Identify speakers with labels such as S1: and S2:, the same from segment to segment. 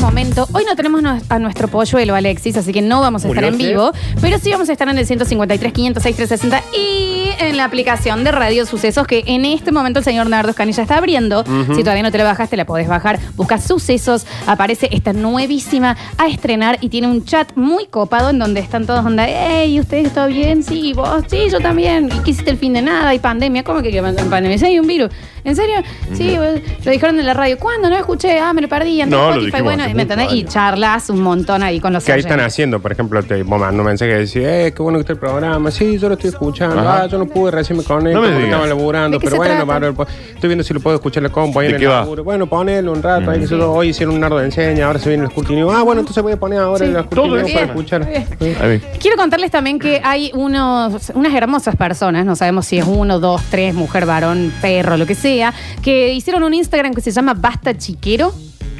S1: momento. Hoy no tenemos nos- a nuestro polluelo, Alexis, así que no vamos a estar en
S2: Murió,
S1: vivo, pero sí vamos a estar en el 153, 506, 360 y en la aplicación de Radio Sucesos que en este momento el señor Nardo Escanilla está abriendo. Si todavía no te la bajaste, la podés bajar. Busca Sucesos, aparece esta nuevísima a estrenar y tiene un chat muy copado en donde están todos onda, hey, ¿ustedes todo bien? Sí, ¿y vos, sí, yo también. ¿Y qué hiciste el fin de nada? ¿Y pandemia? ¿Cómo que qué pandemia? Sí, hay un virus. ¿En serio? Sí, vos- lo dijeron en la radio. ¿Cuándo? No lo escuché. Ah, me lo perdí. Entré
S2: No,
S1: a
S2: lo
S1: Spotify.
S2: dijimos
S1: Bueno,
S2: hace
S1: ¿me
S2: muchos
S1: entendés? Y
S2: años.
S1: charlas un montón ahí con los
S2: Que ahí están
S1: oyentes.
S2: haciendo, por ejemplo, te vos mandás un mensaje y decís, eh, qué bueno que está el programa, sí, yo lo estoy escuchando,
S3: Ajá.
S2: ah, yo no pude, recién me conecto,
S3: No me
S2: porque
S3: digas.
S2: estaba laburando,
S1: ¿De qué
S2: pero
S1: se
S2: bueno,
S1: trata?
S2: bárbaro, po- estoy viendo si lo puedo escuchar en la compu ahí
S3: ¿De
S2: en el
S3: qué va? Mm.
S2: laburo. Bueno, ponelo un rato, ahí que yo, hoy hicieron un nardo de enseña, ahora se viene el escrutinio, ah, bueno, entonces voy a poner
S1: Sí.
S2: ahora el escrutinio
S3: Todo eso.
S2: para
S1: Bien.
S2: escuchar.
S1: Bien.
S3: Ahí vi.
S1: Quiero contarles también que hay unos, unas hermosas personas, no sabemos si es uno, dos, tres, mujer, varón, perro, lo que sea, que hicieron un Instagram que se llama Basta Chiquero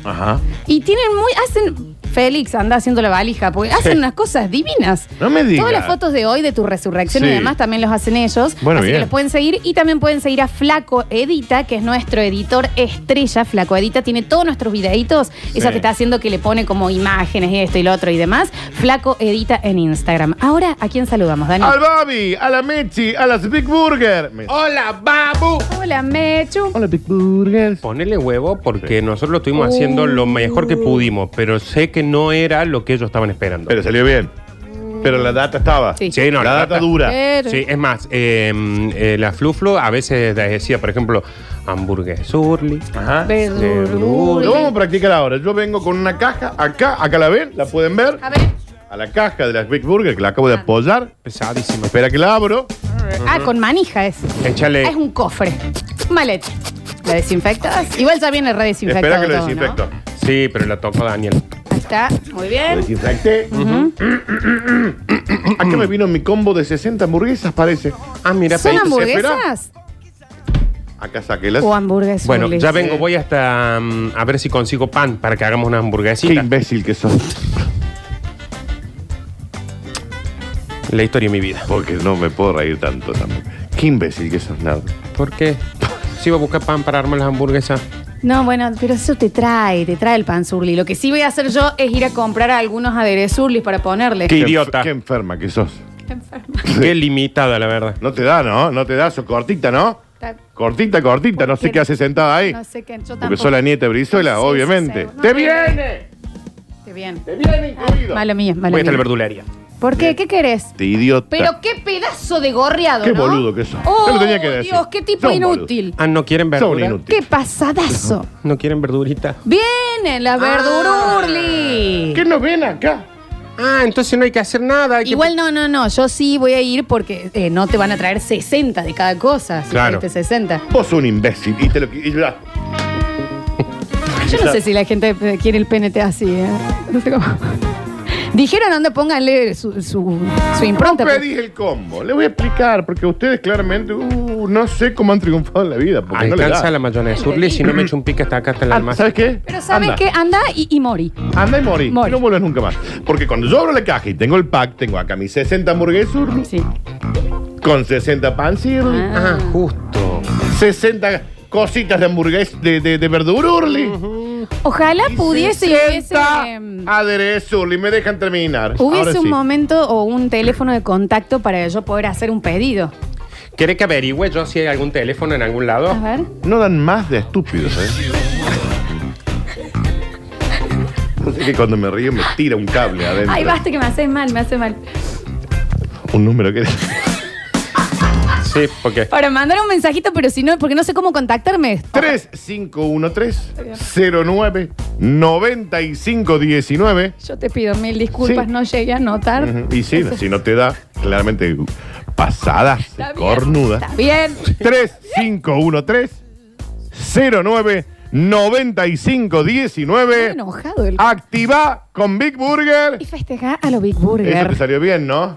S3: Ajá.
S1: y tienen muy, hacen, Félix anda haciendo la valija, porque hacen unas cosas divinas.
S3: No me digas.
S1: Todas las fotos de hoy de tu resurrección y
S3: Sí.
S1: demás también los hacen ellos.
S3: Bueno,
S1: así que
S3: bien.
S1: los pueden seguir y también pueden seguir a Flaco Edita, que es nuestro editor estrella. Flaco Edita tiene todos nuestros videitos, esa que está haciendo que le pone como imágenes y esto y lo otro y demás. Flaco Edita en Instagram. Ahora, ¿a quién saludamos,
S3: Al
S1: Daniel?
S3: Babi, a la Mechi, a las Big Burger. Me-
S2: Hola, babu.
S1: Hola, Mechu.
S3: Hola, Big Burger.
S2: Ponele huevo porque nosotros lo estuvimos
S1: Uh.
S2: haciendo lo mejor que pudimos, pero sé que no era lo que ellos estaban esperando.
S3: Pero salió bien. Pero la data estaba.
S1: Sí.
S2: Sí, no,
S3: la data dura.
S1: Pero-
S2: Sí, es más, eh, eh, la Fluflu a veces decía, por ejemplo, hamburguesa Urli.
S3: Ajá.
S1: Verduruli.
S3: Lo vamos a practicar ahora. Yo vengo con una caja acá, acá la ven, la pueden ver.
S1: A ver.
S3: A la caja de las Big Burger que la acabo de apoyar.
S2: Pesadísima.
S3: Espera que la abro.
S1: Ah, con manija es.
S2: Échale.
S1: Ah, es un cofre. Maleta. ¿La desinfectas? Igual ya viene redisinfectado.
S3: Espera que lo
S1: todo, ¿no?
S3: desinfecto.
S2: Sí, pero la tocó Daniel.
S1: Ahí está. Muy
S3: Lo
S1: bien.
S3: desinfecté. Acá me vino mi combo de 60 hamburguesas, parece.
S2: Ah, mira,
S1: ¿Son
S2: pediste-
S1: hamburguesas?
S3: Acá saqué las.
S1: O hamburguesas.
S2: Bueno, ya
S1: Ulises.
S2: vengo, voy hasta mm, a ver si consigo pan para que hagamos una
S3: Qué
S2: hamburguesita.
S3: imbécil que sos.
S2: La historia de mi vida.
S3: Porque no me puedo reír tanto tampoco. Qué imbécil que sos, Nardo.
S2: ¿Por qué? Si iba a buscar pan para armar las hamburguesas.
S1: No, bueno, pero eso te trae, te trae el pan surli. Lo que sí voy a hacer yo es ir a comprar algunos aderezos surlis para ponerle.
S2: ¿Qué? idiota.
S3: Qué enferma que sos.
S2: Qué limitada, la verdad.
S3: No te da, ¿no? No te da, sos cortita, ¿no?
S1: Ta-
S3: Cortita, cortita. No sé qué hace sentada ahí.
S1: No sé qué, yo
S3: Porque
S1: tampoco.
S3: sos la nieta de Brizuela,
S1: Sí, sí,
S3: obviamente.
S1: sí, sí.
S3: ¡Te
S1: No,
S3: viene!
S1: Qué bien.
S3: ¡Te viene incluido!
S1: Malo mío, malo
S2: Voy hasta la
S1: mío.
S2: verdulería.
S1: ¿Por qué? ¿Qué querés?
S3: Te idiota.
S1: Pero qué pedazo de gorreado,
S3: Qué
S1: ¿no?
S3: boludo que sos.
S1: Oh,
S3: Yo lo tenía que decir.
S1: Dios, qué tipo
S3: Sos un boludo.
S1: inútil.
S2: Ah, ¿no quieren
S3: Sos un
S2: verdura?
S3: inútil.
S1: Qué pasadazo.
S2: ¿No quieren verdurita?
S1: Vienen las verdururli.
S3: Ah. ¿Qué nos ven acá?
S2: Ah, entonces no hay que hacer nada. hay que-
S1: Igual no, no, no. Yo sí voy a ir porque eh, no te van a traer 60 de cada cosa. Si
S2: Claro.
S1: pediste 60.
S3: Vos sos un imbécil. Y te lo. y ya.
S1: Yo no sé si la gente eh, quiere el PNT así. ¿eh? No sé cómo. Dijeron, anda, pónganle su, su, su impronta. pues". pero-
S3: Pedís el combo. Le voy a explicar, porque ustedes claramente, uh, no sé cómo han triunfado en la vida. Porque no le
S2: Alcanza
S3: da.
S2: la mayonesa, Urli, si no me echo un pique hasta acá, hasta la
S3: Ah,
S2: almacén.
S3: ¿Sabes qué?
S1: Pero ¿saben
S3: Anda.
S1: qué? Anda y, y mori.
S3: Anda y morí.
S1: Morí.
S3: Y no vuelves nunca más. Porque cuando yo abro la caja y tengo el pack, tengo acá mis 60 hamburguesas Urli,
S1: Sí.
S3: con 60 pan Shirley,
S2: Ah, justo.
S3: 60 cositas de hamburguesas de, de, de verdura Urli.
S1: Ojalá
S3: Y
S1: pudiese y hubiese,
S3: 60
S1: em,
S3: aderezo Urli. Me dejan terminar. Ahora
S1: hubiese un
S3: sí.
S1: momento o un teléfono de contacto para yo poder hacer un pedido.
S2: ¿Querés que averigüe yo si hay algún teléfono en algún
S3: Ah.
S1: A
S2: lado?
S1: ver.
S3: No dan más de estúpidos, ¿eh? No sé que cuando me río me tira un cable adentro.
S1: Ay, basta que me haces mal, me hace mal.
S3: Un número que.
S2: Sí, porque.
S1: Para mandar un mensajito, pero si no, porque no sé cómo contactarme.
S3: 3513-09-9519.
S1: Yo te pido mil disculpas,
S3: Sí.
S1: no llegué a anotar.
S3: Ujú, Y sí, si no te da, claramente pasadas,
S1: Está bien,
S3: cornuda.
S1: Está bien.
S3: 3513-09-9519.
S1: enojado el
S3: Activa con Big Burger.
S1: Y festejar a lo Big Burger.
S3: Eso te salió bien, ¿no?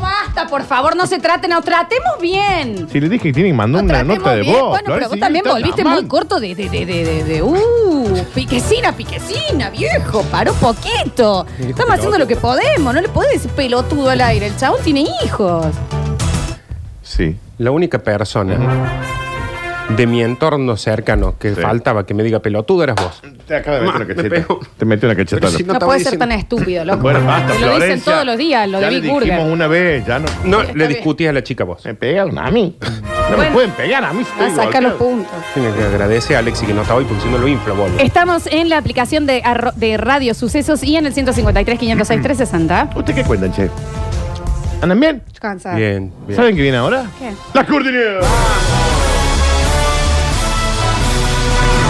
S1: basta, por favor, no se traten, nos tratemos bien.
S3: Si le dije que tiene que mandar
S1: Nos
S3: una
S1: tratemos
S3: nota de
S1: bien.
S3: voz.
S1: Bueno, pero
S3: Florencia,
S1: vos también
S3: está
S1: volviste
S3: llamando.
S1: muy corto de, de, de, de, de, de- uh, piquecina, piquecina, viejo, paró poquito.
S2: Hijo
S1: Estamos haciendo
S2: pelotudo.
S1: lo que podemos, no le podés decir pelotudo al aire, el chabón tiene hijos.
S3: Sí.
S2: La única persona de mi entorno cercano que
S3: Sí.
S2: faltaba que me diga pelotudo eras vos.
S3: Te acaba de meter
S2: Ma,
S3: una
S2: me
S3: cacheta.
S2: pegó.
S3: Te metió una cacheta.
S2: Pero si
S1: No,
S2: No, estaba
S1: puede ser
S2: diciendo-
S1: tan estúpido, loco.
S3: Bueno, basta,
S1: Te lo dicen
S3: Florencia.
S1: todos los días, lo
S3: ya
S1: de
S3: le
S1: Big
S3: dijimos
S1: Burger.
S3: una vez, ya no.
S2: No,
S1: Está
S2: le
S1: bien.
S2: discutí a la chica vos.
S3: Me pegaron a mí. No me
S1: Bueno.
S3: pueden pegar a mí. si
S1: Va a
S3: estoy
S1: sacar los
S3: golpeado.
S1: puntos.
S2: Tiene que agradecer a Alexi que no está hoy porque si no lo infla, boludo.
S1: Estamos en la aplicación de, arro- de Radio Sucesos y en el 153 506 360.
S3: ¿Usted qué cuentan, che? ¿Andan bien?
S1: Cansada.
S2: Bien, bien.
S3: ¿Saben qué viene ahora?
S1: ¿Qué?
S3: ¡Las cortinas!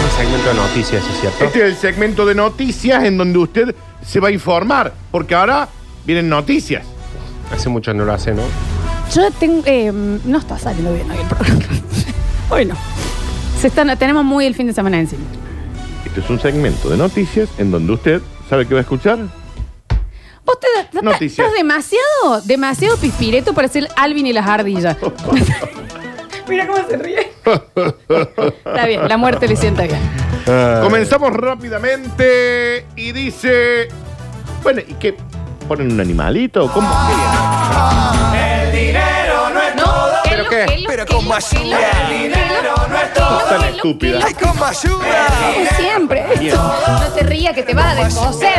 S2: Un segmento de noticias, ¿es cierto?
S3: Este es el segmento de noticias en donde usted se va a informar, porque ahora vienen noticias.
S2: Hace mucho no lo hace, ¿no?
S1: Yo tengo. eh, no está saliendo bien hoy el programa. hoy no. Se están, tenemos muy el fin de semana encima.
S3: Este es un segmento de noticias en donde usted sabe qué va a escuchar.
S1: Vos te, da- ta- ta-
S3: Noticias.
S1: estás demasiado, demasiado pispireto para ser Alvin y las ardillas. Mira cómo se ríe. está bien, la muerte le sienta bien.
S3: Comenzamos rápidamente y dice. Bueno, ¿y qué? ¿Ponen un animalito? ¿Cómo? ¿Qué viene?
S1: No,
S2: ¿Pero qué?
S4: Pero con basura.
S3: Tan estúpida.
S4: ¡Ay, con basura!
S1: Siempre. No se ría que te va a descoser.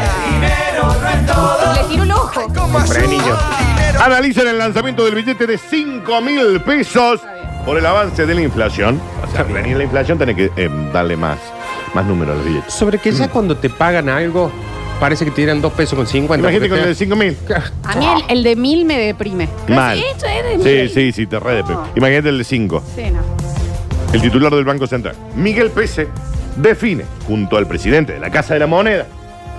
S1: Le tiro el ojo.
S4: ¡Con
S2: frenillo.
S4: basura!
S3: Analizan el lanzamiento del billete de 5 mil pesos por el avance de la inflación. O sea, venir la inflación tiene que eh, darle más, más número a los billetes.
S2: Sobre que
S3: Mm.
S2: ya cuando te pagan algo, parece que te dieran dos pesos con 50.
S3: Imagínate con
S2: porque
S3: el de
S2: te-
S3: 5 mil.
S1: A mí el, el de mil me deprime.
S3: Mal.
S1: Esto es de
S3: Sí,
S1: mil.
S3: sí, sí, te re de pe-
S1: No.
S3: Imagínate el de 5.
S1: Sí, no.
S3: El titular del Banco Central, Miguel Pese, define, junto al presidente de la Casa de la Moneda,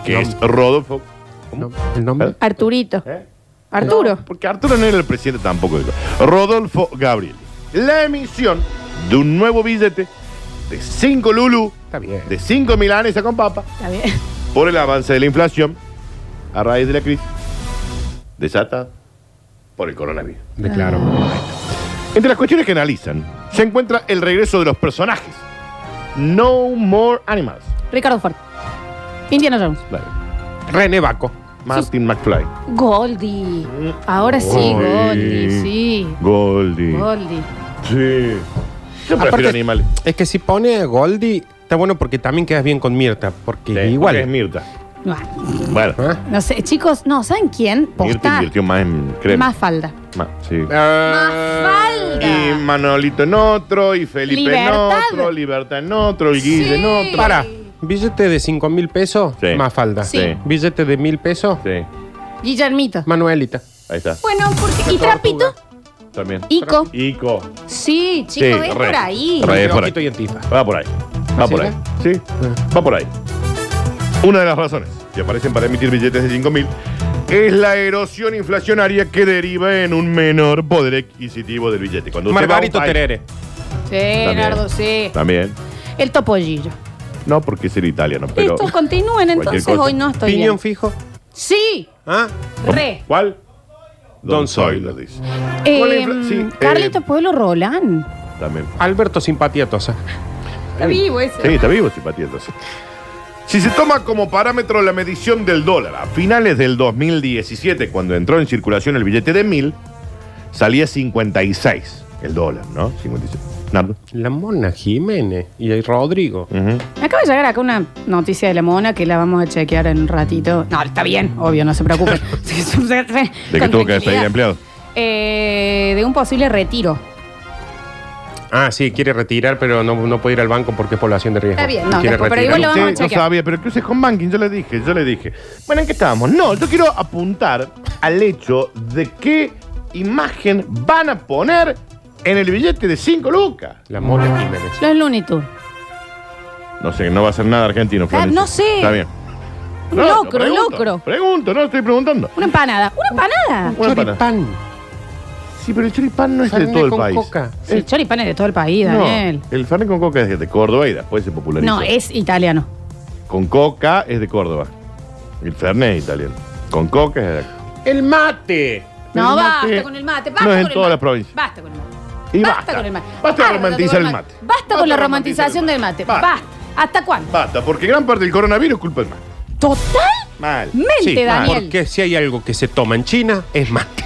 S3: que
S2: No.
S3: es Rodolfo.
S2: ¿No? ¿El nombre?
S1: Arturito.
S3: ¿eh?
S1: Arturo.
S3: No, porque Arturo no era el presidente tampoco. digo. Rodolfo Gabriel. La emisión de un nuevo billete de 5 Lulu,
S2: Está bien.
S3: de 5 milanesa con papa,
S1: Está bien.
S3: por el avance de la inflación a raíz de la crisis desata por el coronavirus.
S1: Ah.
S2: Declaro.
S3: Entre las cuestiones que analizan se encuentra el regreso de los personajes. No More Animals.
S1: Ricardo Ford. Indiana Jones.
S3: Claro.
S2: René Baco.
S3: Martin McFly.
S1: Goldie. Ahora sí,
S3: Mm. Goldie.
S1: Goldie. Sí.
S3: Goldie.
S1: Goldie.
S3: Sí. Yo
S2: Aparte-
S3: prefiero animales.
S2: Es que si pone a Goldie, está bueno porque también quedas bien con Mirta. Porque
S3: Sí,
S2: igual.
S3: porque Es Mirta.
S1: No,
S3: Bueno,
S2: ¿Ah?
S1: no sé, chicos, no, ¿saben quién?
S3: Mirta
S1: Posta.
S3: invirtió más en crema.
S1: Más falda.
S3: Ma- sí.
S2: Ah,
S1: falda.
S3: Y Manolito en otro, y Felipe
S1: Libertad.
S3: en otro, Libertad en otro, el Guille en otro.
S2: Para. Billete de 5 mil pesos,
S3: Sí.
S2: más falda.
S3: Sí.
S2: Billete de mil pesos,
S3: Sí,
S1: Guillermito.
S2: Manuelita.
S3: ahí está.
S1: Bueno, porque. ¿Y Trapito?
S3: También.
S1: Ico.
S3: Ico.
S1: Sí,
S3: Sí,
S1: chicos, es
S3: re.
S1: por ahí.
S3: Re. es por
S2: Oquito
S3: ahí.
S2: y Antifa.
S3: Va por ahí. Va
S2: ¿Así
S3: por ahí. Sí, va por ahí. Una de las razones que aparecen para emitir billetes de 5 mil es la erosión inflacionaria que deriva en un menor poder adquisitivo del billete. Cuando usted va a un
S2: Margarito
S3: país-
S2: Terere.
S1: Sí,
S3: También.
S1: Nardo, sí.
S3: También.
S1: El topollillo.
S3: No porque es el italiano, pero.
S1: Esto continúen,
S3: cualquier
S1: entonces
S3: cosa.
S1: hoy no estoy
S2: Piñón
S1: bien.
S2: fijo.
S1: Sí,
S2: ¿Ah?
S1: re.
S3: ¿Cuál? Don
S2: Don
S3: Soy
S2: Soy.
S3: lo dice.
S1: Eh,
S3: Con la infla- sí,
S1: Carlito
S3: eh,
S1: Pueblo Rolán.
S3: También.
S2: Alberto Simpatía Tosa.
S1: Está vivo ese.
S3: Sí, está vivo simpatía entonces. Si se toma como parámetro la medición del dólar a finales del 2017, cuando entró en circulación el billete de 1000, salía 56 el dólar, ¿no? 56. Nardo.
S2: La Mona Jiménez y el Rodrigo.
S3: Ujú.
S1: Me acaba de llegar acá una noticia de la mona que la vamos a chequear en un ratito. No, está bien, obvio, no se preocupen. Sí, sí, sí,
S3: ¿De que
S1: con
S3: tuvo que
S1: tranquilidad.
S3: despedir empleados?
S1: Eh, de un posible retiro.
S2: Ah, sí, quiere retirar, pero no, no puede ir al banco porque es población de riesgo.
S1: Está bien, no,
S2: Quiere
S1: después, pero
S2: retirar.
S1: igual lo vamos a
S3: Usted no
S1: chequear.
S3: sabía, pero cruces con banking, yo le dije, yo le dije. Bueno, ¿en qué estábamos? No, yo quiero apuntar al hecho de qué imagen van a poner en el billete de 5 lucas.
S2: La Mona Jiménez.
S1: Los Looney Tunes.
S3: No sé, no va a ser nada argentino, Florencia.
S1: no sé.
S3: Está bien.
S1: Un
S3: No,
S1: locro, un
S3: pregunto,
S1: locro.
S3: Pregunto, no estoy preguntando.
S1: Una empanada. Una empanada.
S3: Una empanada.
S2: Choripán.
S3: Sí, pero el choripán no es de
S2: Fernet
S3: todo el
S2: con
S3: país.
S2: coca.
S1: Sí,
S3: Es-
S1: choripán es de todo el país,
S3: no,
S1: Daniel.
S3: el fernet con coca es de Córdoba y después se popularizó.
S1: No, eh. es italiano.
S3: Con coca es de Córdoba. El fernet es italiano. Con coca es de acá.
S2: El mate.
S1: No,
S3: El
S1: basta
S3: mate
S1: con el mate. Basta
S3: no es en
S1: con el
S3: todas
S1: mate.
S3: las provincias.
S1: Basta con el mate.
S3: Y
S1: basta,
S3: basta.
S1: con el mate.
S3: Basta de romantizar el mate.
S1: Basta,
S3: Basta
S1: con la
S3: de romantizar
S1: romantización
S3: el
S1: del
S3: mate.
S1: mate.
S3: Basta.
S1: Basta. ¿Hasta cuándo?
S3: Basta, porque gran parte del coronavirus es culpa del mate.
S1: Totalmente,
S3: Mal.
S2: Sí,
S1: Daniel.
S2: porque si hay algo que se toma en China, es mate.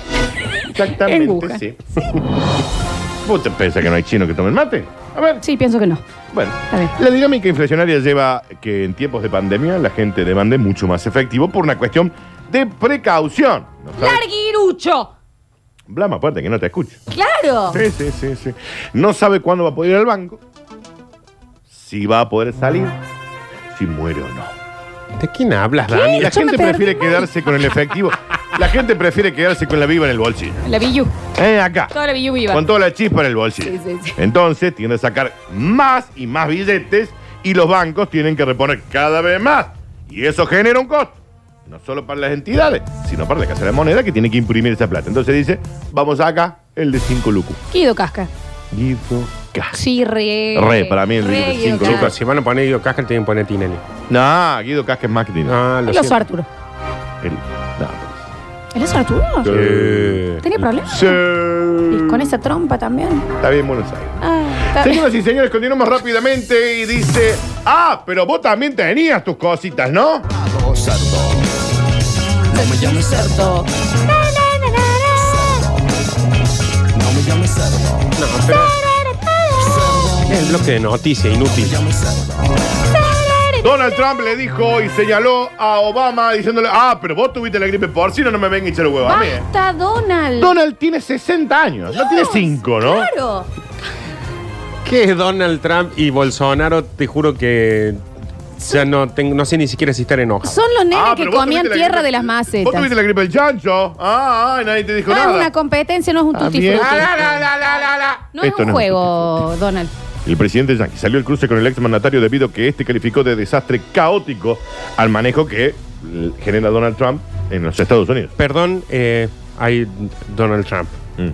S3: Exactamente,
S1: En Wuhan.
S3: sí. ¿Vos te pensás que no hay chino que tome el mate? A ver,
S1: Sí, pienso que no.
S3: bueno.
S1: A ver.
S3: La dinámica inflacionaria lleva que en tiempos de pandemia la gente demande mucho más efectivo por una cuestión de precaución. ¿No sabes?
S1: ¡Larguirucho!
S3: Blama, aparte que no te escucho.
S1: ¡Claro!
S3: Sí, sí, sí, sí. No sabe cuándo va a poder ir al banco, si va a poder salir, si muere o no.
S2: ¿De quién hablas, Dani?
S3: La
S1: Yo me
S3: gente
S1: perdí,
S3: prefiere
S1: Mike.
S3: quedarse con el efectivo. La gente prefiere quedarse con la viva en el bolsillo.
S1: La Biyu.
S3: Eh, acá.
S1: Toda la Biyu viva.
S3: Con toda la chispa en el bolsillo.
S1: Sí, sí, sí.
S3: Entonces tiende a sacar más y más billetes y los bancos tienen que reponer cada vez más. Y eso genera un costo. No solo para las entidades, sino para la casa de la moneda que tiene que imprimir esa plata. Entonces dice, vamos acá, el de 5 lucas.
S1: Guido Casca.
S3: Guido Casca.
S1: Sí, re.
S3: Re, para mí el
S1: Re
S3: Guido
S1: Guido
S3: cinco
S1: Casca.
S2: Lucas, si van a poner Guido Casca, tienen que poner Tinelli.
S3: No, Guido Casca es marketing.
S2: Ah, lo
S1: El oso
S2: siento.
S1: Arturo.
S3: El- no.
S1: ¿El oso Arturo?
S2: Sí.
S1: ¿Tenía problemas?
S3: Sí.
S1: Y con esa trompa también.
S3: Está bien, Buenos Aires.
S1: Ah, está bien.
S3: Señoras y señores, continuamos rápidamente y dice, ah, pero vos también tenías tus cositas, ¿no?
S4: No me llames cerdo. No me llames cerdo.
S2: No, pero- El bloque de noticias inútil.
S3: Donald Trump le dijo y señaló a Obama diciéndole, ah, pero vos tuviste la gripe porcina, no me venga a echar huevo a mí. eh".
S1: Basta, Donald.
S3: Donald tiene 60 años, no tiene 5, ¿no?
S1: Claro.
S2: ¿Qué es Donald Trump y Bolsonaro? Te juro que ya no, tengo, no sé ni siquiera si estar enojado.
S1: Son los nenes
S3: Ah,
S1: que
S3: pero vos
S1: comían
S3: tuviste la
S1: tierra
S3: gripe-
S1: de las
S3: Vos
S1: macetas.
S3: tuviste la gripe del chancho. Ah, ah, y nadie te dijo
S1: No es
S3: nada.
S1: una competencia, no es un
S3: Ah,
S1: tutti
S3: bien.
S1: frutti.
S3: Ah, la, la, la, la, la.
S1: No es
S3: Esto
S1: un juego, Donald.
S3: El presidente Yankee salió el cruce con el ex mandatario debido a que este calificó de desastre caótico al manejo que l- genera Donald Trump en los Estados Unidos.
S2: Perdón, eh, hay Donald Trump.
S3: Mm.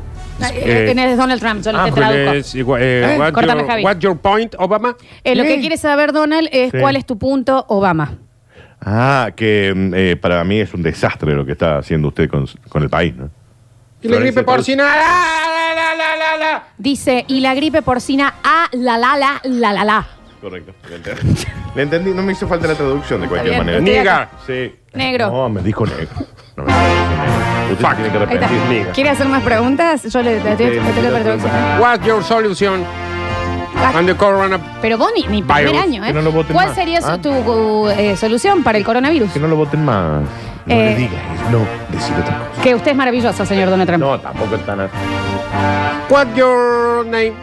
S2: Eh,
S1: Tenés Donald Trump, yo
S3: Ah,
S1: te traduzco.
S2: porque es igual- eh,
S1: ¿Eh?
S2: what
S1: Córtame,
S2: your-
S1: Javi.
S2: what your point, Obama?
S1: Eh, lo
S3: Sí.
S1: que quiere saber, Donald, es
S3: Sí.
S1: cuál es tu punto, Obama.
S3: Ah, que mm, eh, para mí es un desastre lo que está haciendo usted con, con el país, ¿no?
S2: Y la gripe
S3: Florencia Pérez.
S2: porcina. "Ah, la, la, la, la, la.
S1: Dice, y la gripe porcina, a la la la la la la.
S3: Correcto. Le entendí. Le entendí, no me hizo falta la traducción de cualquier
S1: bien,
S3: manera.
S1: estoy
S2: Nigga.
S1: acá.
S3: Sí.
S1: Negro.
S3: No, me dijo negro. No me dijo negro. Usted se tiene que
S1: Ahí está.
S3: arrepentir.
S2: Nigga.
S1: ¿Quiere hacer más preguntas? Yo le le estoy-
S3: Sí,
S1: le estoy
S3: le-
S1: traduciendo.
S2: What's your solution on
S1: Ah,
S2: the corona?
S1: Pero vos ni, ni primer
S2: Virus,
S1: año,
S3: que
S1: ¿eh?
S3: no lo voten
S1: ¿Cuál
S3: más.
S1: sería su-
S3: Ah.
S1: tu uh, eh, solución para el coronavirus?
S3: Que no lo voten más. No
S1: Eh.
S3: le digas eso. No, decir otra cosa.
S1: Que usted es maravilloso, señor Donald Trump.
S3: No, tampoco es tan así.
S2: What's your name?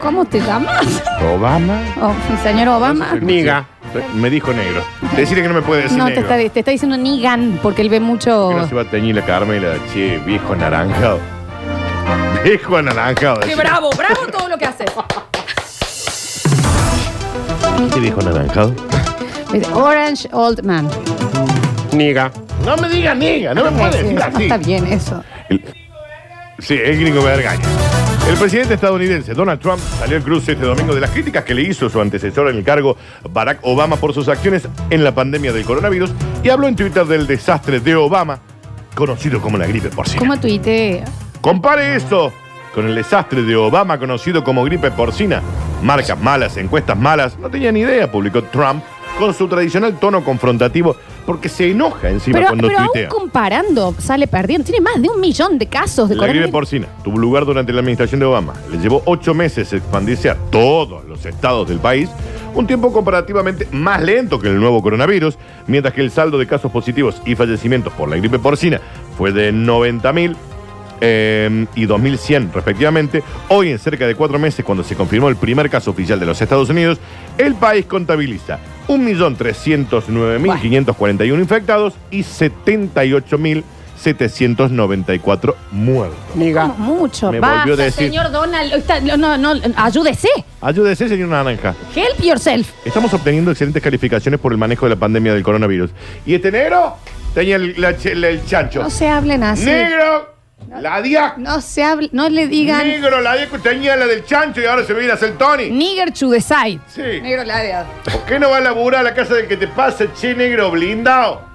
S1: ¿Cómo te llamas?
S3: Obama.
S1: Oh, señor Obama.
S2: Niga.
S3: Me dijo negro. Decirle que no me puede decir
S1: No, te
S3: negro.
S1: está, te está diciendo Nigan porque él ve mucho.
S3: Que no se va a teñir la Carmela. Che, viejo anaranjado. Viejo anaranjado.
S1: ¡Qué
S3: decía.
S1: bravo! ¡Bravo todo lo que hace!
S3: ¿Qué viejo anaranjado?
S1: Orange Old Man.
S2: Niga.
S3: No me diga nega, no me puede
S1: Sí,
S3: decir
S1: no
S3: así.
S1: está bien eso.
S3: El- sí, el gringo vergaña. El presidente estadounidense Donald Trump salió al cruce este domingo de las críticas que le hizo su antecesor en el cargo, Barack Obama, por sus acciones en la pandemia del coronavirus y habló en Twitter del desastre de Obama, conocido como la gripe porcina.
S1: ¿Cómo tuite?
S3: Compare eso con el desastre de Obama conocido como gripe porcina. Marcas malas, encuestas malas, no tenía ni idea, publicó Trump con su tradicional tono confrontativo porque se enoja encima
S1: Pero,
S3: cuando
S1: pero aún
S3: tuitea.
S1: comparando, sale perdiendo. Tiene más de un millón de casos de
S3: La gripe
S1: coronavirus.
S3: porcina tuvo lugar durante la administración de Obama. Le llevó ocho meses expandirse a todos los estados del país, un tiempo comparativamente más lento que el nuevo coronavirus, mientras que el saldo de casos positivos y fallecimientos por la gripe porcina fue de 90.000 eh, y 2.100 respectivamente. Hoy, en cerca de cuatro meses, cuando se confirmó el primer caso oficial de los Estados Unidos, el país contabiliza 1.309.541 infectados y 78.794 muertos.
S1: Como
S2: Niga.
S1: Mucho.
S3: Me volvió
S1: Basta,
S3: a decir.
S1: señor Donald. Está- no, no, ayúdese.
S3: Ayúdese, señor Naranja.
S1: Help yourself.
S3: Estamos obteniendo excelentes calificaciones por el manejo de la pandemia del coronavirus. Y este negro tenía el, la ch- la- el chancho.
S1: No se hablen así.
S3: Negro, la diac.
S1: No se hable, no le digan
S3: Negro, la diac tenía la del chancho y ahora se viene a hacer Tony.
S1: nigger to the side.
S3: Sí.
S1: Negro ladeado.
S3: ¿Por qué no va a laburar a la casa del que te pasa, che, negro blindado?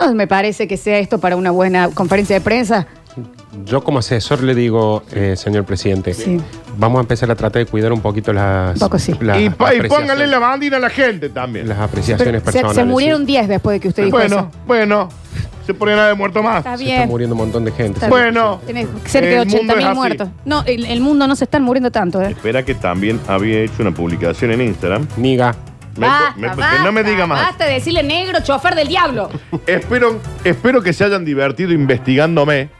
S1: No me parece que sea esto para una buena conferencia de prensa.
S2: Yo como asesor le digo, eh, señor presidente,
S1: Sí.
S2: vamos a empezar a tratar de cuidar un poquito las,
S1: Un poco sí.
S2: las
S3: y, pa- y
S2: apreciaciones-
S3: póngale la bandina a la gente también.
S2: las
S1: Pero
S2: apreciaciones
S1: se- se,
S2: personales. sí.
S1: murieron 10 después de que usted dijo
S3: bueno,
S1: eso.
S3: bueno. Se pone nada de muerto más.
S1: Está
S2: Se está
S1: bien.
S2: muriendo un montón de gente.
S1: Está
S2: señor
S3: bien. Bueno.
S2: presidente.
S1: Tenés cerca de
S3: El mundo
S1: 80
S3: es
S1: mil
S3: así.
S1: muertos. No, el, el mundo no se están muriendo tanto, ¿eh?
S3: Espera que también había hecho una publicación en Instagram.
S2: Miga.
S3: Me- me- que no me diga más.
S1: Basta de decirle negro, chofer del diablo.
S3: Espero, espero que se hayan divertido investigándome.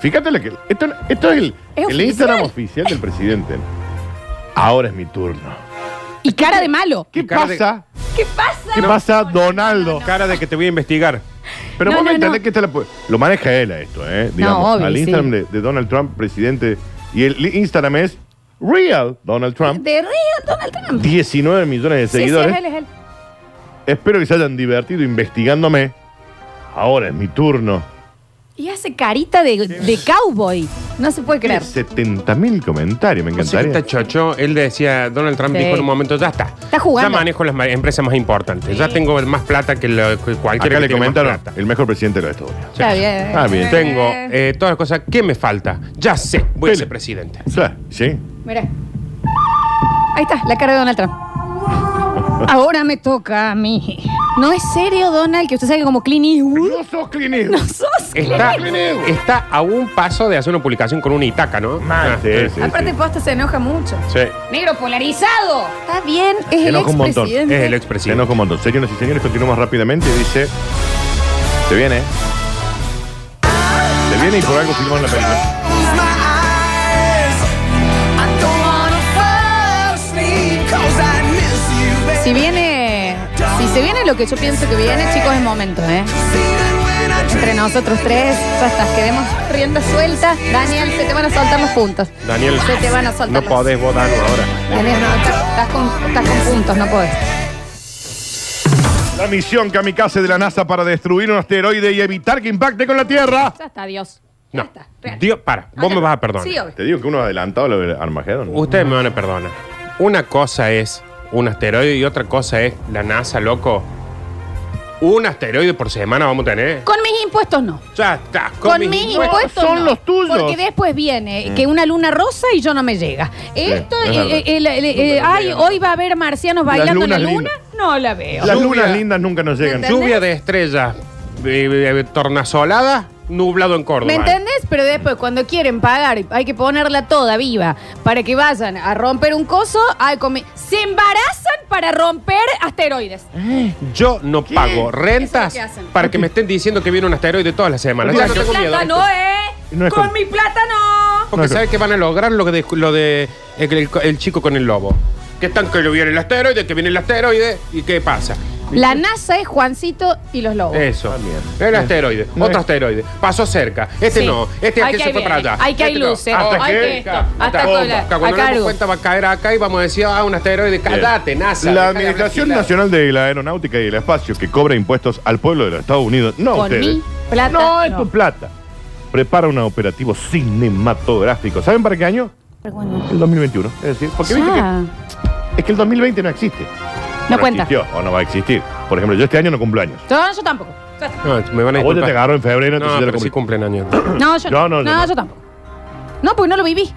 S3: Fíjate lo que. Esto, esto es el,
S1: ¿Es
S3: el
S1: oficial?
S3: Instagram oficial del presidente. Ahora es mi turno.
S1: Y cara de malo.
S3: ¿Qué
S2: Y cara de-
S3: pasa?
S1: ¿Qué pasa?
S3: ¿Qué pasa, Donaldo?
S2: Cara de que te voy a investigar.
S3: Pero
S1: No,
S3: vos
S1: no,
S3: me entendés
S1: no.
S3: que esta la pu- lo maneja él a esto, ¿eh? Digamos,
S1: obvio,
S3: al
S1: sí.
S3: Instagram de, de Donald Trump, presidente. Y el Instagram es Real Donald Trump.
S1: De río, Donald Trump.
S3: 19 millones de
S1: Sí, sí,
S3: seguidores.
S1: es él, es él.
S3: Espero que se hayan divertido investigándome. Ahora es mi turno.
S1: Y hace carita de, de cowboy. No se puede creer.
S3: 70 mil comentarios, me
S2: No sé qué
S3: encantaría.
S2: está Este chocho. Él decía, Donald Trump
S1: Sí.
S2: dijo en un momento, ya está.
S1: Está jugando.
S2: Ya manejo las ma- empresas más importantes. Ya tengo más plata que, lo- que cualquiera que
S3: Acá le
S2: tiene más
S3: comentaron,
S2: plata.
S3: el mejor presidente de los Estados Unidos.
S1: Está bien.
S3: Está Ah, bien.
S2: Tengo eh, todas las cosas. ¿Qué me falta? Ya sé, voy a
S3: Pele.
S2: ser presidente.
S3: Claro, sí.
S1: Mira. Ahí está, la cara de Donald Trump. Ahora me toca a mí. No es serio, Donald, que usted sabe que como Clint Eastwood
S3: No sos Clint Eastwood.
S1: sos
S2: Está,
S1: Clint Eastwood.
S2: está a un paso de hacer una publicación con una itaca, ¿no?
S3: Mal.
S2: Ah,
S3: Sí,
S2: eh,
S3: sí.
S1: Aparte, Posta se enoja mucho.
S2: sí.
S1: Negro polarizado. Está bien, es
S3: Se
S1: el
S3: enoja un montón.
S2: Es
S1: expresidente.
S2: el
S3: Sí.
S2: expresidente.
S3: Enojo un montón. Señoras y señores, continuamos rápidamente. Dice. Se viene. Se viene y por algo filmamos la película.
S1: Si viene, si se viene lo que yo pienso que viene, chicos, es momento, ¿eh? Entre nosotros tres, ya está, quedemos rienda suelta. Daniel, se te van a soltar los puntos.
S2: Daniel,
S1: Se te van a soltar
S2: no
S1: los-
S2: podés votarlo ahora.
S1: Daniel, no, estás, estás con, estás con puntos, no podés.
S3: La misión kamikaze de la NASA para destruir un asteroide y evitar que impacte con la Tierra.
S1: Ya está, Dios. Ya
S2: No.
S1: está, real.
S2: Dios, para. Vos
S1: Acá.
S2: me vas a perdonar.
S1: Sí, obvio.
S3: Te digo que uno adelantado lo de Armagedón.
S2: Ustedes me van a perdonar. Una cosa es un asteroide y otra cosa es la NASA, loco. Un asteroide por semana vamos a tener.
S1: Con mis impuestos no.
S2: Ya está.
S1: Con, mis impuestos.
S3: son
S1: no,
S3: los tuyos.
S1: Porque después viene que una luna rosa y yo no me llega. Esto,
S3: es
S1: eh,
S3: verdad.
S1: eh, el- el- eh, ay, hoy va a haber marcianos
S3: Las
S1: bailando en la
S3: lunas
S1: luna. No la veo.
S3: Las
S2: Lluvia.
S3: lunas lindas nunca nos llegan.
S1: ¿Entendés?
S2: Lluvia de estrellas, eh, eh, tornasolada, nublado en Córdoba.
S1: ¿Me entendés? Pero después, cuando quieren pagar, hay que ponerla toda viva para que vayan a romper un coso. ay, con mi- se embarazan para romper asteroides.
S2: Yo no pago rentas
S1: Eso es lo que hacen.
S2: para que me estén diciendo que viene un asteroide todas las semanas. Ya
S1: Con
S2: no
S1: mi
S2: tengo miedo.
S1: plata no, ¿eh?
S3: No es
S1: con,
S3: con-
S1: mi plata no.
S2: Porque
S3: No,
S2: sabes que van a lograr lo de, lo de el, el- el chico con el lobo. Que están que viene el asteroide, que viene el asteroide y qué pasa.
S1: La NASA es Juancito y los
S3: Oh, Eh.
S1: lobos.
S2: Eso.
S3: También.
S2: el asteroide,
S3: No
S2: otro
S3: es-
S2: asteroide. Pasó cerca. Este
S1: Sí.
S2: no. Este,
S1: Hay
S2: este
S1: que
S2: se
S1: ahí
S2: fue para
S1: viene.
S2: allá.
S1: Hay que hay
S2: Este no.
S1: luces.
S3: Hasta
S1: Hay
S3: que-
S1: que esto.
S2: Acá,
S1: Hasta
S2: bomba.
S1: cola.
S2: Acá,
S1: A
S2: Cuando nos demos
S1: cargo.
S2: cuenta va a caer acá y vamos a decir, ah, un asteroide, cállate, NASA.
S3: La
S2: dejá de
S3: Administración
S2: hablar.
S3: Nacional de la Aeronáutica y el Espacio que cobra impuestos al pueblo de los Estados Unidos, no a
S1: Con
S3: ustedes.
S1: mi plata,
S3: no, es
S1: no.
S3: tu plata. Prepara un operativo cinematográfico. ¿Saben para qué año?
S1: Pero bueno,
S3: El 2021. Es decir, porque viste que
S1: ya.
S3: Es que el 2020 no existe.
S1: Ah. No cuenta.
S3: existió, o no va a existir. Por ejemplo, yo este año no cumplo años.
S1: No, yo tampoco.
S2: No, me van a
S3: A vos ya te
S2: disculpar.
S3: agarró en febrero,
S2: No,
S3: entonces ya lo
S2: pero sí
S3: cumplí.
S2: cumplen años.
S1: No, yo no.
S3: No,
S1: No,
S3: no, no, no.
S1: yo tampoco. No, pues no lo viví.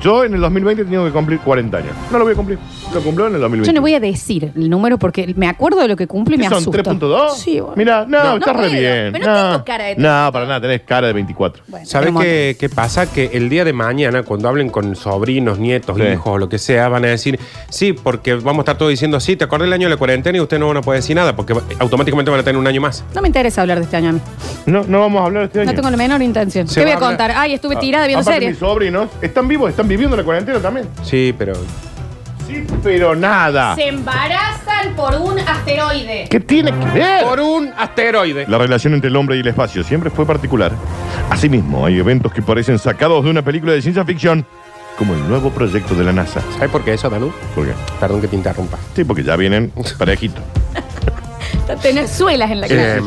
S3: Yo en el 2020 he tenido que cumplir 40 años. No lo voy a cumplir. Lo cumplo en el 2020.
S1: Yo no voy a decir el número porque me acuerdo de lo que cumple y me
S3: ¿Son
S1: asusto.
S3: 3.2?
S1: Sí, bueno.
S3: Mira, no,
S1: No,
S3: estás
S1: no
S3: re
S1: puedo,
S3: bien.
S1: pero
S3: no,
S1: tengo cara de
S3: No, para nada, tenés cara de 24.
S1: Bueno,
S2: ¿Sabes
S1: pero
S2: qué, qué pasa? Que el día de mañana, cuando hablen con sobrinos, nietos,
S3: Sí.
S2: hijos o lo que sea, van a decir, sí, porque vamos a estar todos diciendo, sí, te acordé el año de la cuarentena y ustedes no van a poder decir nada, porque automáticamente van a tener un año más.
S1: No me interesa hablar de este año a mí.
S3: No, no vamos a hablar este año.
S1: No tengo la menor intención.
S2: Se
S1: ¿Qué voy
S2: va
S1: a
S2: a hablar-
S1: contar? Ay, estuve
S3: Ah,
S1: tirada viendo
S3: aparte
S1: series.
S3: mis sobrinos están vivos, están viviendo la cuarentena también.
S2: Sí, pero
S3: Sí, pero nada.
S1: Se embarazan por un asteroide.
S3: ¿Qué tiene que ver?
S2: por un asteroide.
S3: La relación entre el hombre y el espacio siempre fue particular. Asimismo, hay eventos que parecen sacados de una película de ciencia ficción, como el nuevo proyecto de la NASA.
S2: ¿Sabes por qué eso, Danu?
S3: ¿Por qué?
S2: Perdón que te interrumpa.
S3: Sí, porque ya vienen parejitos.
S1: Tener suelas en la cara.
S2: Eh,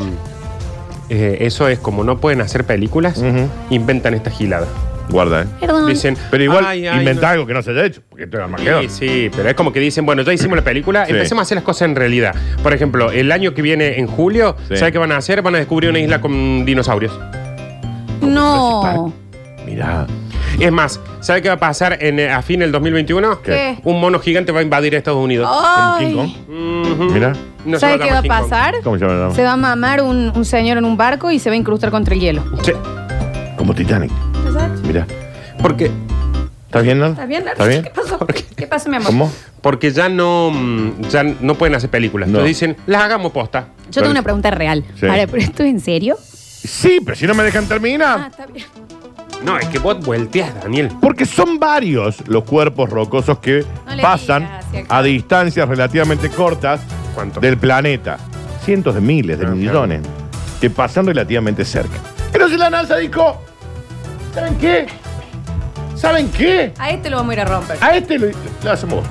S2: eh, eso es como no pueden hacer películas,
S3: Ujú.
S2: inventan esta gilada.
S3: Guarda, ¿eh?
S1: Perdón.
S2: Dicen,
S3: Pero igual,
S2: ay, ay,
S3: inventá
S2: no-
S3: algo que no se haya hecho, porque esto es Armagedón.
S2: Sí, sí, pero es como que dicen, bueno, ya hicimos la película,
S3: Sí.
S2: empecemos a hacer las cosas en realidad. Por ejemplo, el año que viene, en julio,
S3: Sí.
S2: ¿sabes qué van a hacer? Van a descubrir una isla con dinosaurios.
S1: No.
S3: Mirá.
S2: Es más, ¿sabes qué va a pasar en, eh, a fin del 2021?
S1: ¿Qué?
S2: Un mono gigante va a invadir Estados Unidos.
S3: King Kong.
S1: Ay.
S2: Ujú.
S3: Mirá.
S2: No se
S1: Oh, ¿Sabe
S2: a
S1: qué va a
S2: llamar King
S1: pasar?
S3: ¿Cómo se llama la
S1: Se
S3: dama?
S1: va a mamar un, un señor en un barco y se va a incrustar contra el hielo.
S2: Kong. Sí,
S3: Como Titanic. Mirá.
S2: porque,
S3: ¿Estás bien, Nardo?
S1: ¿Está bien, Nardo?
S3: ¿Está bien?
S1: ¿Qué pasó? ¿Qué pasó, mi amor?
S3: ¿Cómo?
S2: porque ya no mm, ya no pueden hacer películas.
S3: No.
S2: Entonces dicen, las hagamos posta.
S1: Yo tengo una pregunta real.
S3: Sí.
S1: Ahora, ¿pero esto es en serio?
S3: Sí, pero si no me dejan terminar.
S1: Ah, está bien.
S2: No, es que vos volteás, Daniel.
S3: Porque son varios los cuerpos rocosos que
S1: No le
S3: pasan
S1: digas, sí, acá.
S3: a distancias relativamente cortas
S2: ¿Cuánto?
S3: del planeta. Cientos de miles, de
S2: Ah,
S3: millones, que pasan relativamente cerca. Pero si la NASA dijo, ¿saben qué? ¿Saben qué?
S1: A este lo vamos a ir a romper.
S3: A este lo, lo hacemos.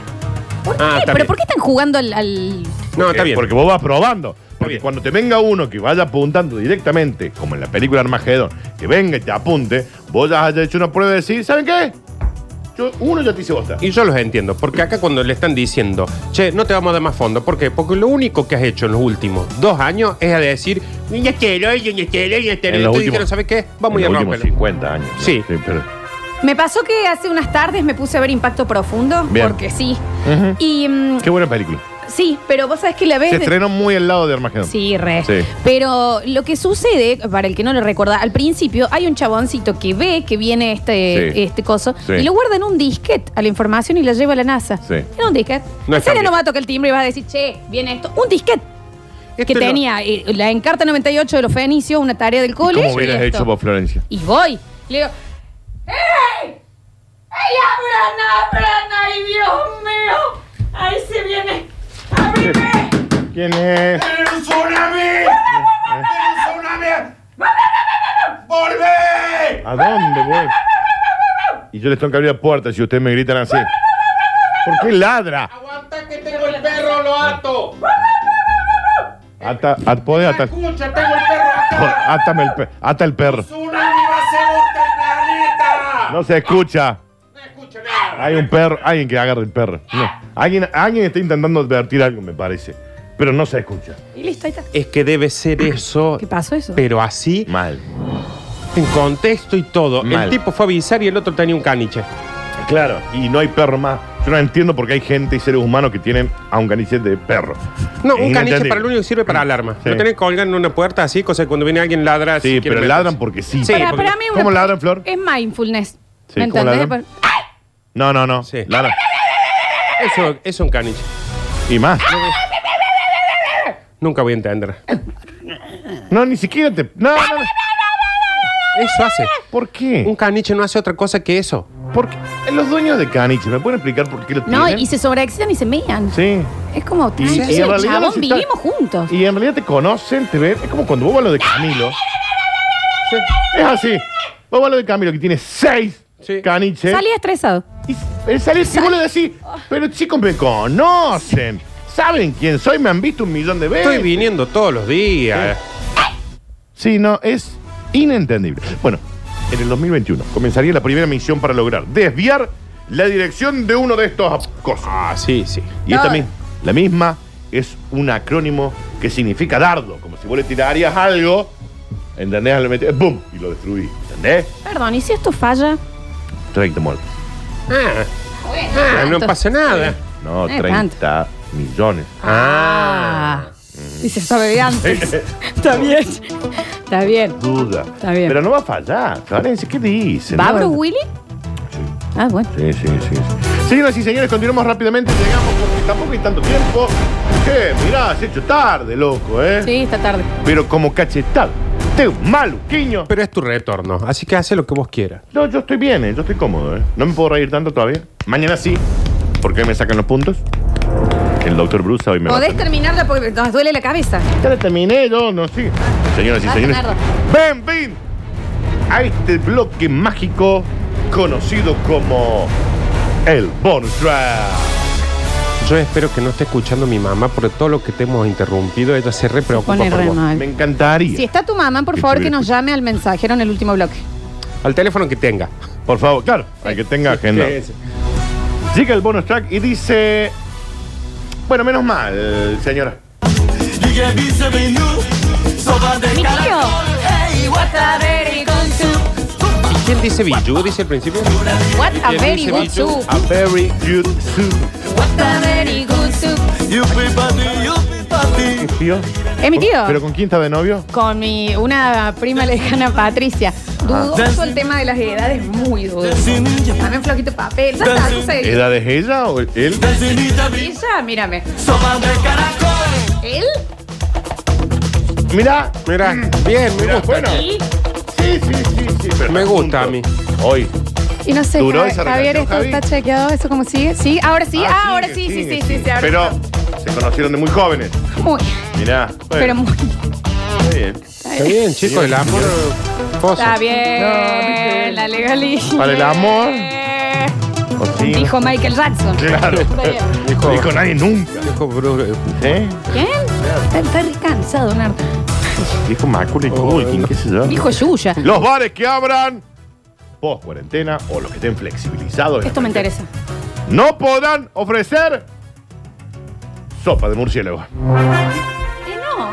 S1: ¿Por qué?
S2: Ah, está
S1: ¿Pero
S2: bien.
S1: por qué están jugando al...? al-
S2: No, está
S3: Eh,
S2: bien.
S3: Porque vos vas probando. Porque
S2: bien.
S3: cuando te venga uno que vaya apuntando directamente, como en la película Armagedón, que venga y te apunte, vos ya has hecho una prueba de decir, ¿saben qué? Yo- uno ya te hice bosta.
S2: Y yo los entiendo, porque acá cuando le están diciendo, che, no te vamos a dar más fondo, ¿por qué? Porque lo único que has hecho en los últimos dos años es a decir, niña quiero, niña quiero, niña quiero.
S3: En los
S2: Entonces
S3: últimos-
S2: dijeron, ¿sabes qué? Vamos
S3: en
S2: a
S3: los
S2: romperlo.
S3: últimos 50 años. ¿no?
S2: Sí.
S3: pero-
S1: Me pasó que hace unas tardes me puse a ver Impacto Profundo.
S3: Bien.
S1: Porque sí. Y... mm,
S3: Qué buena película.
S1: sí, pero vos sabés que la ves...
S3: Se
S1: de-
S3: estrenó muy al lado de Armagedón.
S1: Eh, Sí, re.
S3: Sí.
S1: Pero lo que sucede, para el que no lo recuerda, al principio hay un chaboncito que ve que viene este,
S3: Sí.
S1: este coso
S3: Sí.
S1: y lo guarda en un disquete a la información y la lleva a la NASA.
S3: Sí.
S1: En un disquete.
S2: No
S1: en
S2: es
S1: serio
S2: cambio.
S1: no va a tocar el timbre y vas a decir, che, viene esto. Un disquete
S2: Esto
S3: Este
S1: que
S2: lo-
S1: tenía eh, la encarta 98 de los fenicios, una tarea del cole.
S3: ¿Cómo hubieras
S1: y esto.
S3: hecho vos, Florencia?
S1: Y voy. Le digo,
S5: ¡Ay, abran, abran! ¡Ay, Dios mío! ¡Ahí se viene! ¡Ábreme!
S3: ¿Quién es? ¿A dónde voy? Y yo les tengo que abrir la puerta si ustedes me gritan así. ¿Por qué ladra?
S2: Aguanta que tengo el perro, lo ato.
S3: Ah. Ata, at- podés atar.
S2: Escucha, tengo el perro
S3: Por- Átame el, pe- ata el perro.
S2: Tsunami va a ser otro planeta.
S3: No se escucha.
S2: No escucho nada.
S3: Hay un perro, alguien que agarre el perro. No. Alguien, alguien está intentando advertir algo, me parece. Pero no se escucha.
S1: y listo, ahí está.
S2: Es que debe ser eso,
S1: ¿Qué pasó eso?
S2: pero así,
S3: Mal.
S2: en contexto y todo.
S3: Mal.
S2: El tipo fue a avisar y el otro tenía un caniche.
S3: Claro. Y no hay perro más. Yo no entiendo por qué hay gente y seres humanos que tienen a un caniche de perro.
S2: No, un
S3: Es
S2: caniche
S3: inentendible.
S2: para lo único que sirve para alarma.
S3: Sí.
S2: Lo tenés colgado en una puerta así, cosa que cuando viene alguien ladra. si
S3: Sí,
S2: quiere
S3: pero
S2: meterse.
S3: ladran porque sí.
S2: Sí.
S1: para,
S2: porque-
S1: para mí una-
S3: ¿Cómo ladran, Flor?
S1: Es mindfulness.
S3: Sí,
S1: ¿Me
S3: ¿cómo
S1: entendés?
S3: ladran? No, no, no.
S2: Sí.
S3: Ladran.
S2: Eso eso es un caniche.
S3: Y más.
S2: Nunca voy a entender.
S3: No, ni siquiera te. No, no, no.
S2: Eso hace.
S3: ¿Por qué?
S2: Un caniche no hace otra cosa que eso.
S3: Porque los dueños de caniche, ¿me pueden explicar por qué lo
S1: No,
S3: tienen?
S1: y se sobreexcitan y se mean.
S3: Sí.
S1: Es como,
S3: Y- y en
S1: tranquilo,
S3: realidad
S1: chabón,
S3: los está-
S1: vivimos juntos.
S3: Y en realidad te conocen, te ven. Es como cuando vos vas a lo de Camilo. Sí, Es así. Vos vas a lo de Camilo, que tiene seis
S2: Sí.
S3: caniches.
S1: Salía estresado.
S3: Y él sale así, vos le decís, pero chicos, me conocen. ¿Saben quién soy? Me han visto un millón de veces.
S2: Estoy viniendo todos los días. Ah,
S3: Sí, no, es inentendible. Bueno, en el 2021 comenzaría la primera misión para lograr desviar la dirección de uno de estos cosas.
S2: Ah, sí, sí.
S3: Y esta
S1: No.
S3: misma, la misma es un acrónimo que significa dardo, como si vos le tirarías algo, ¿entendés? Le metés, ¡bum! y lo destruís, ¿entendés?
S1: Perdón, ¿y si esto falla?
S3: 30 muertos.
S2: Ah, ah, no
S1: entonces-
S2: pasa nada.
S3: No,
S1: No es
S3: 30 millones.
S1: Ah. Y se sabe de antes. Está bien. Está bien.
S3: Duda.
S1: Está bien.
S3: Pero no va a fallar. Florencia, ¿qué dice?
S1: ¿Va
S3: No,
S1: Bruce
S3: no.
S1: Willis?
S3: Sí.
S1: Ah, bueno.
S3: Sí, sí, sí. sí. Señoras y señores, continuamos rápidamente. Llegamos porque tampoco hay tanto tiempo. Que mirá, has hecho tarde, loco, ¿eh?
S1: Sí, esta tarde.
S3: Pero como cachetado. Usted es un maluquiño.
S2: Pero es tu retorno, así que hace lo que vos quieras.
S3: No, yo estoy bien, ¿eh? yo estoy cómodo, ¿eh? No me puedo reír tanto todavía. Mañana sí, porque me sacan los puntos. El doctor Bruce hoy me va a-
S1: Podés terminarla porque nos duele la cabeza.
S3: Ya la terminé, yo no sí. Señoras y
S1: Basta,
S3: señores,
S1: Nardo.
S3: ven, ven a este bloque mágico conocido como el bonus track.
S2: Yo espero que no esté escuchando mi mamá por todo lo que te hemos interrumpido. Ella se re preocupa
S1: Pone
S2: por
S1: re
S2: vos.
S1: mal.
S3: Me encantaría.
S1: Si está tu mamá, por favor, que nos llame al mensajero en el último bloque.
S2: Al teléfono que tenga.
S3: Por favor, claro, hay que tenga agenda. Llega el bonus track y dice. Bueno, menos mal, señora.
S1: Mi tío.
S2: ¿Y quién dice Biju? ¿Dice al principio?
S1: What a
S2: ¿Quién
S1: very
S2: dice
S1: good
S2: Biju? Ah,
S1: soup.
S3: A very good soup.
S1: What a very good soup.
S3: ¿Tío?
S1: Es mi tío.
S3: ¿Pero con quién está de novio?
S1: Con mi, una prima lejana, Patricia.
S3: Ah.
S1: Dudoso el tema de las edades, muy dudoso. También flojito papel. Ya está, yo sé.
S3: ¿Edad es ella o él?
S1: Ella, mírame. ¿Él?
S3: Mira,
S2: Mira, bien, me
S3: Mira,
S2: gusta.
S3: bueno.
S1: ¿Y?
S3: Sí, sí, sí, sí. pero
S2: Me
S3: están
S2: gusta a
S3: juntos.
S2: mí.
S3: Hoy.
S1: Y no sé,
S3: Duró
S1: Ja-
S3: esa
S1: Javier,
S3: relación,
S1: esto
S3: Javi.
S1: está chequeado, ¿eso cómo sigue? Sí, ahora sí, ah,
S3: Ah,
S1: ahora sí,
S3: sigue,
S1: sí,
S3: sigue,
S1: sí, sí, sí, ahora
S3: Pero se conocieron de muy jóvenes.
S1: sí. Muy,
S3: Mirá. bueno,
S1: pero muy.
S3: está bien.
S2: Está bien, chicos, el amor.
S1: Está
S2: cosa.
S1: bien, la legalidad.
S3: Para el amor. Cocina.
S1: Dijo Michael Jackson.
S3: Claro.
S1: Está bien.
S2: Dijo,
S3: Dijo nadie nunca.
S2: dijo Bruce-
S3: ¿Eh?
S1: ¿Quién? Está, está re cansado, Nardo.
S3: Dijo Macula y
S2: Oh,
S3: Culkin, qué sé yo.
S1: Dijo Yuya.
S3: Los bares que abran post cuarentena o los que estén flexibilizados. en la
S1: Esto me
S3: cuarentena,
S1: interesa.
S3: No podrán ofrecer sopa de murciélago.
S1: Eh, no.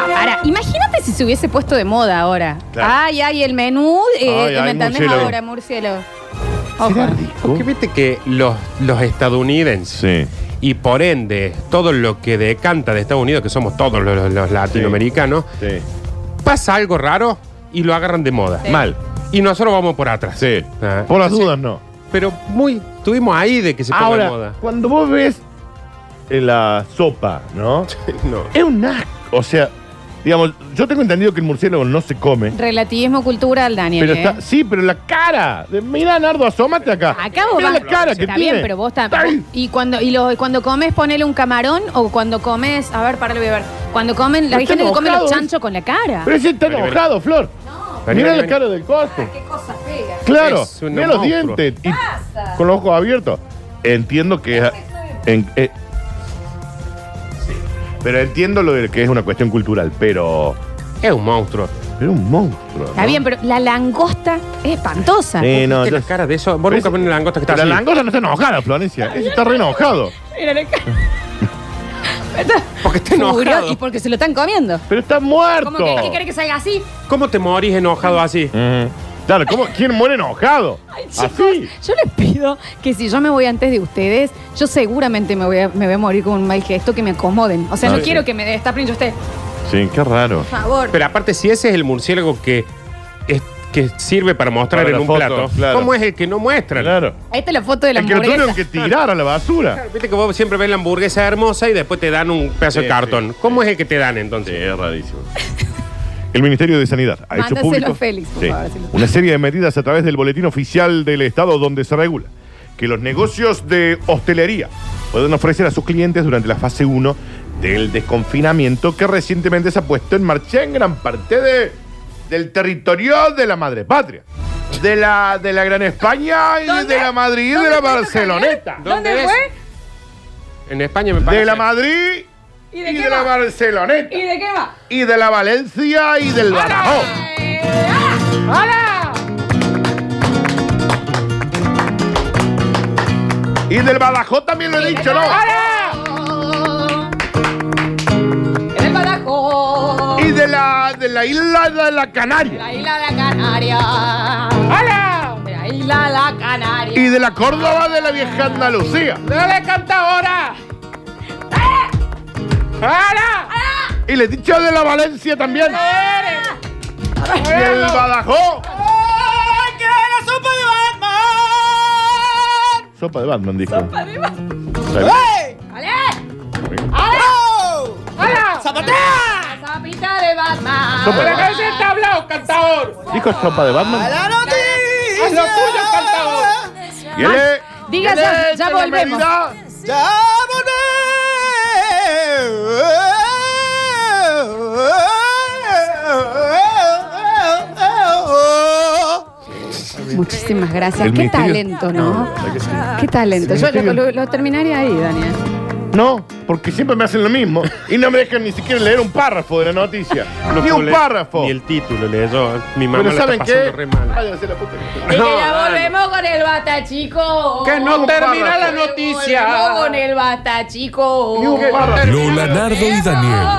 S1: No, para, imagínate si se hubiese puesto de moda ahora.
S3: Claro.
S1: Ay, ay, el menú, eh,
S3: Ay,
S1: ¿me
S3: ay,
S1: entendés
S3: murciélago.
S1: ahora, murciélago? Ojo.
S2: Porque viste que los, los estadounidenses
S3: Sí.
S2: y por ende todo lo que decanta de Estados Unidos, que somos todos los, los- los latinoamericanos,
S3: Sí.
S2: pasa algo raro y lo agarran de moda.
S1: Sí.
S2: Mal. Y nosotros vamos por atrás.
S3: Sí.
S2: Ah.
S3: Por las dudas, no.
S2: Pero muy, tuvimos ahí de que se ponga de
S3: Ahora,
S2: moda.
S3: cuando vos ves en la sopa, eh, ¿no?
S2: No.
S3: Es un asco. O sea, digamos, yo tengo entendido que el murciélago no se come.
S1: Relativismo cultural, Daniel.
S3: Pero
S1: ¿eh?
S3: está, sí, pero la cara. de- Mira, Nardo, asómate acá.
S1: Acabo
S3: Mira la cara que
S1: Está
S3: tiene.
S1: bien, pero vos
S3: Está ahí.
S1: también. Y cuando y lo- cuando comes ponele un camarón o cuando comes, a ver, para lo voy a ver. Cuando comen, la
S3: Pero
S1: gente
S3: está
S1: que come los
S3: enojado,
S1: chanchos con la cara.
S3: Pero ese está
S2: Vení,
S3: enojado, Flor.
S2: Vení,
S3: Mira
S2: vení,
S3: la
S2: vení.
S3: cara del costo.
S1: Qué cosa fea.
S3: Claro,
S2: Es un
S3: mira los
S2: monstruo.
S3: dientes. y con los ojos abiertos. Entiendo que es. en- eh, pero entiendo lo de que es una cuestión cultural, pero.
S2: Es un monstruo.
S3: Pero es un monstruo.
S1: Está bien, pero la langosta es espantosa.
S3: Sí, no,
S2: ¿Viste
S3: yo-
S2: la cara de eso? Vos
S3: Pero
S2: nunca
S3: es-
S2: pones la langosta que está
S3: pero la
S2: así.
S3: langosta no está enojada, Florencia. Ese está re enojado.
S1: Mira la cara. Está
S2: Porque está enojado.
S1: furioso Y porque se lo están comiendo.
S3: Pero está
S1: ¿Cómo
S3: muerto.
S1: que qué quiere que salga así?
S2: ¿Cómo te morís enojado así?
S3: Ujú. Claro, ¿cómo? ¿quién muere enojado? Así.
S1: Yo les pido que si yo me voy antes de ustedes, yo seguramente me voy a, me voy a morir con un mal gesto que me acomoden. O sea,
S3: Ah,
S1: no
S3: sí.
S1: quiero que me destapen yo usted.
S3: Sí, qué raro.
S1: Por favor.
S2: Pero aparte, si ese es el murciélago que, es- que sirve para mostrar
S3: Para
S2: en
S3: la
S2: un
S3: foto,
S2: plato,
S3: claro.
S2: ¿cómo es el que no muestra?
S3: Claro.
S1: Ahí está la foto de la
S3: El que lo
S1: hamburguesa.
S3: tuvieron que tirar a la basura.
S2: Viste que vos siempre ves la hamburguesa hermosa y después te dan un pedazo
S3: Sí,
S2: de cartón.
S3: sí.
S2: ¿Cómo es el que te dan entonces?
S3: es rarísimo. El Ministerio de Sanidad ha hecho
S1: Mándaselo
S3: público
S1: a Félix, por
S3: Sí.
S1: favor, si lo-
S3: una serie de medidas a través del boletín oficial del Estado donde se regula que los negocios de hostelería pueden ofrecer a sus clientes durante la fase 1 del desconfinamiento que recientemente se ha puesto en marcha en gran parte de- del territorio de la madre patria. De la, de la Gran España y
S1: ¿Dónde?
S3: de la Madrid y
S1: ¿Dónde
S3: de la
S1: fue esto,
S3: Barceloneta.
S1: Javier? ¿Dónde,
S2: ¿Dónde
S1: fue?
S2: En España me parece.
S3: De la Madrid y
S1: ¿Y
S3: de,
S1: de qué
S3: la
S1: va?
S3: Barceloneta.
S1: ¿Y de qué va?
S3: y de la Valencia y del Badajoz.
S1: ¡Hola!
S3: Y del Badajoz también lo he dicho, ¿no?
S1: ¡Hola! En el Badajoz.
S3: Y de la, de la isla de la Canaria.
S1: La isla de la Canaria. ¡Hola! De la isla de la Canaria.
S3: Y de la Córdoba de la vieja Andalucía.
S2: ¡Dale, canta ahora!
S3: ¡Eh! Y le he dicho de la Valencia también. Y del Badajoz. Sopa de Batman, dijo. Sopa de Batman.
S1: La zapita de Batman.
S3: Sopa de Batman.
S2: ¡Ese tablao, cantador!
S3: Dijo sopa de Batman.
S2: ¡Haz lo tuyo, cantador!
S3: Y él es-
S1: Diga ya,
S3: él es
S1: ya
S3: de la
S1: volvemos.
S3: Merida.
S1: Muchísimas gracias.
S3: El
S1: Qué
S3: misterio-
S1: talento, ¿no?
S3: La que sí.
S1: Qué talento.
S3: El
S1: Yo
S3: misterio-
S1: lo, lo- lo terminaría ahí, Daniel.
S3: No, porque siempre me hacen lo mismo y no me dejan ni siquiera leer un párrafo de la noticia.
S2: No
S3: ni
S2: puedo
S3: un
S2: leer
S3: párrafo.
S2: Ni el título leyó. Mi mamá
S3: Pero
S2: la
S3: ¿saben
S2: está
S3: qué?
S2: pasando re mal.
S3: Váyanse a la puta que-
S6: Y que
S2: No,
S6: ya
S2: dale.
S6: volvemos con el bata, chico.
S2: Que no
S3: Un
S2: termina la
S3: párrafo.
S2: noticia.
S6: Volvemos con el bata, chico.
S3: Ni un párrafo.
S7: Lola Nardo y Daniel.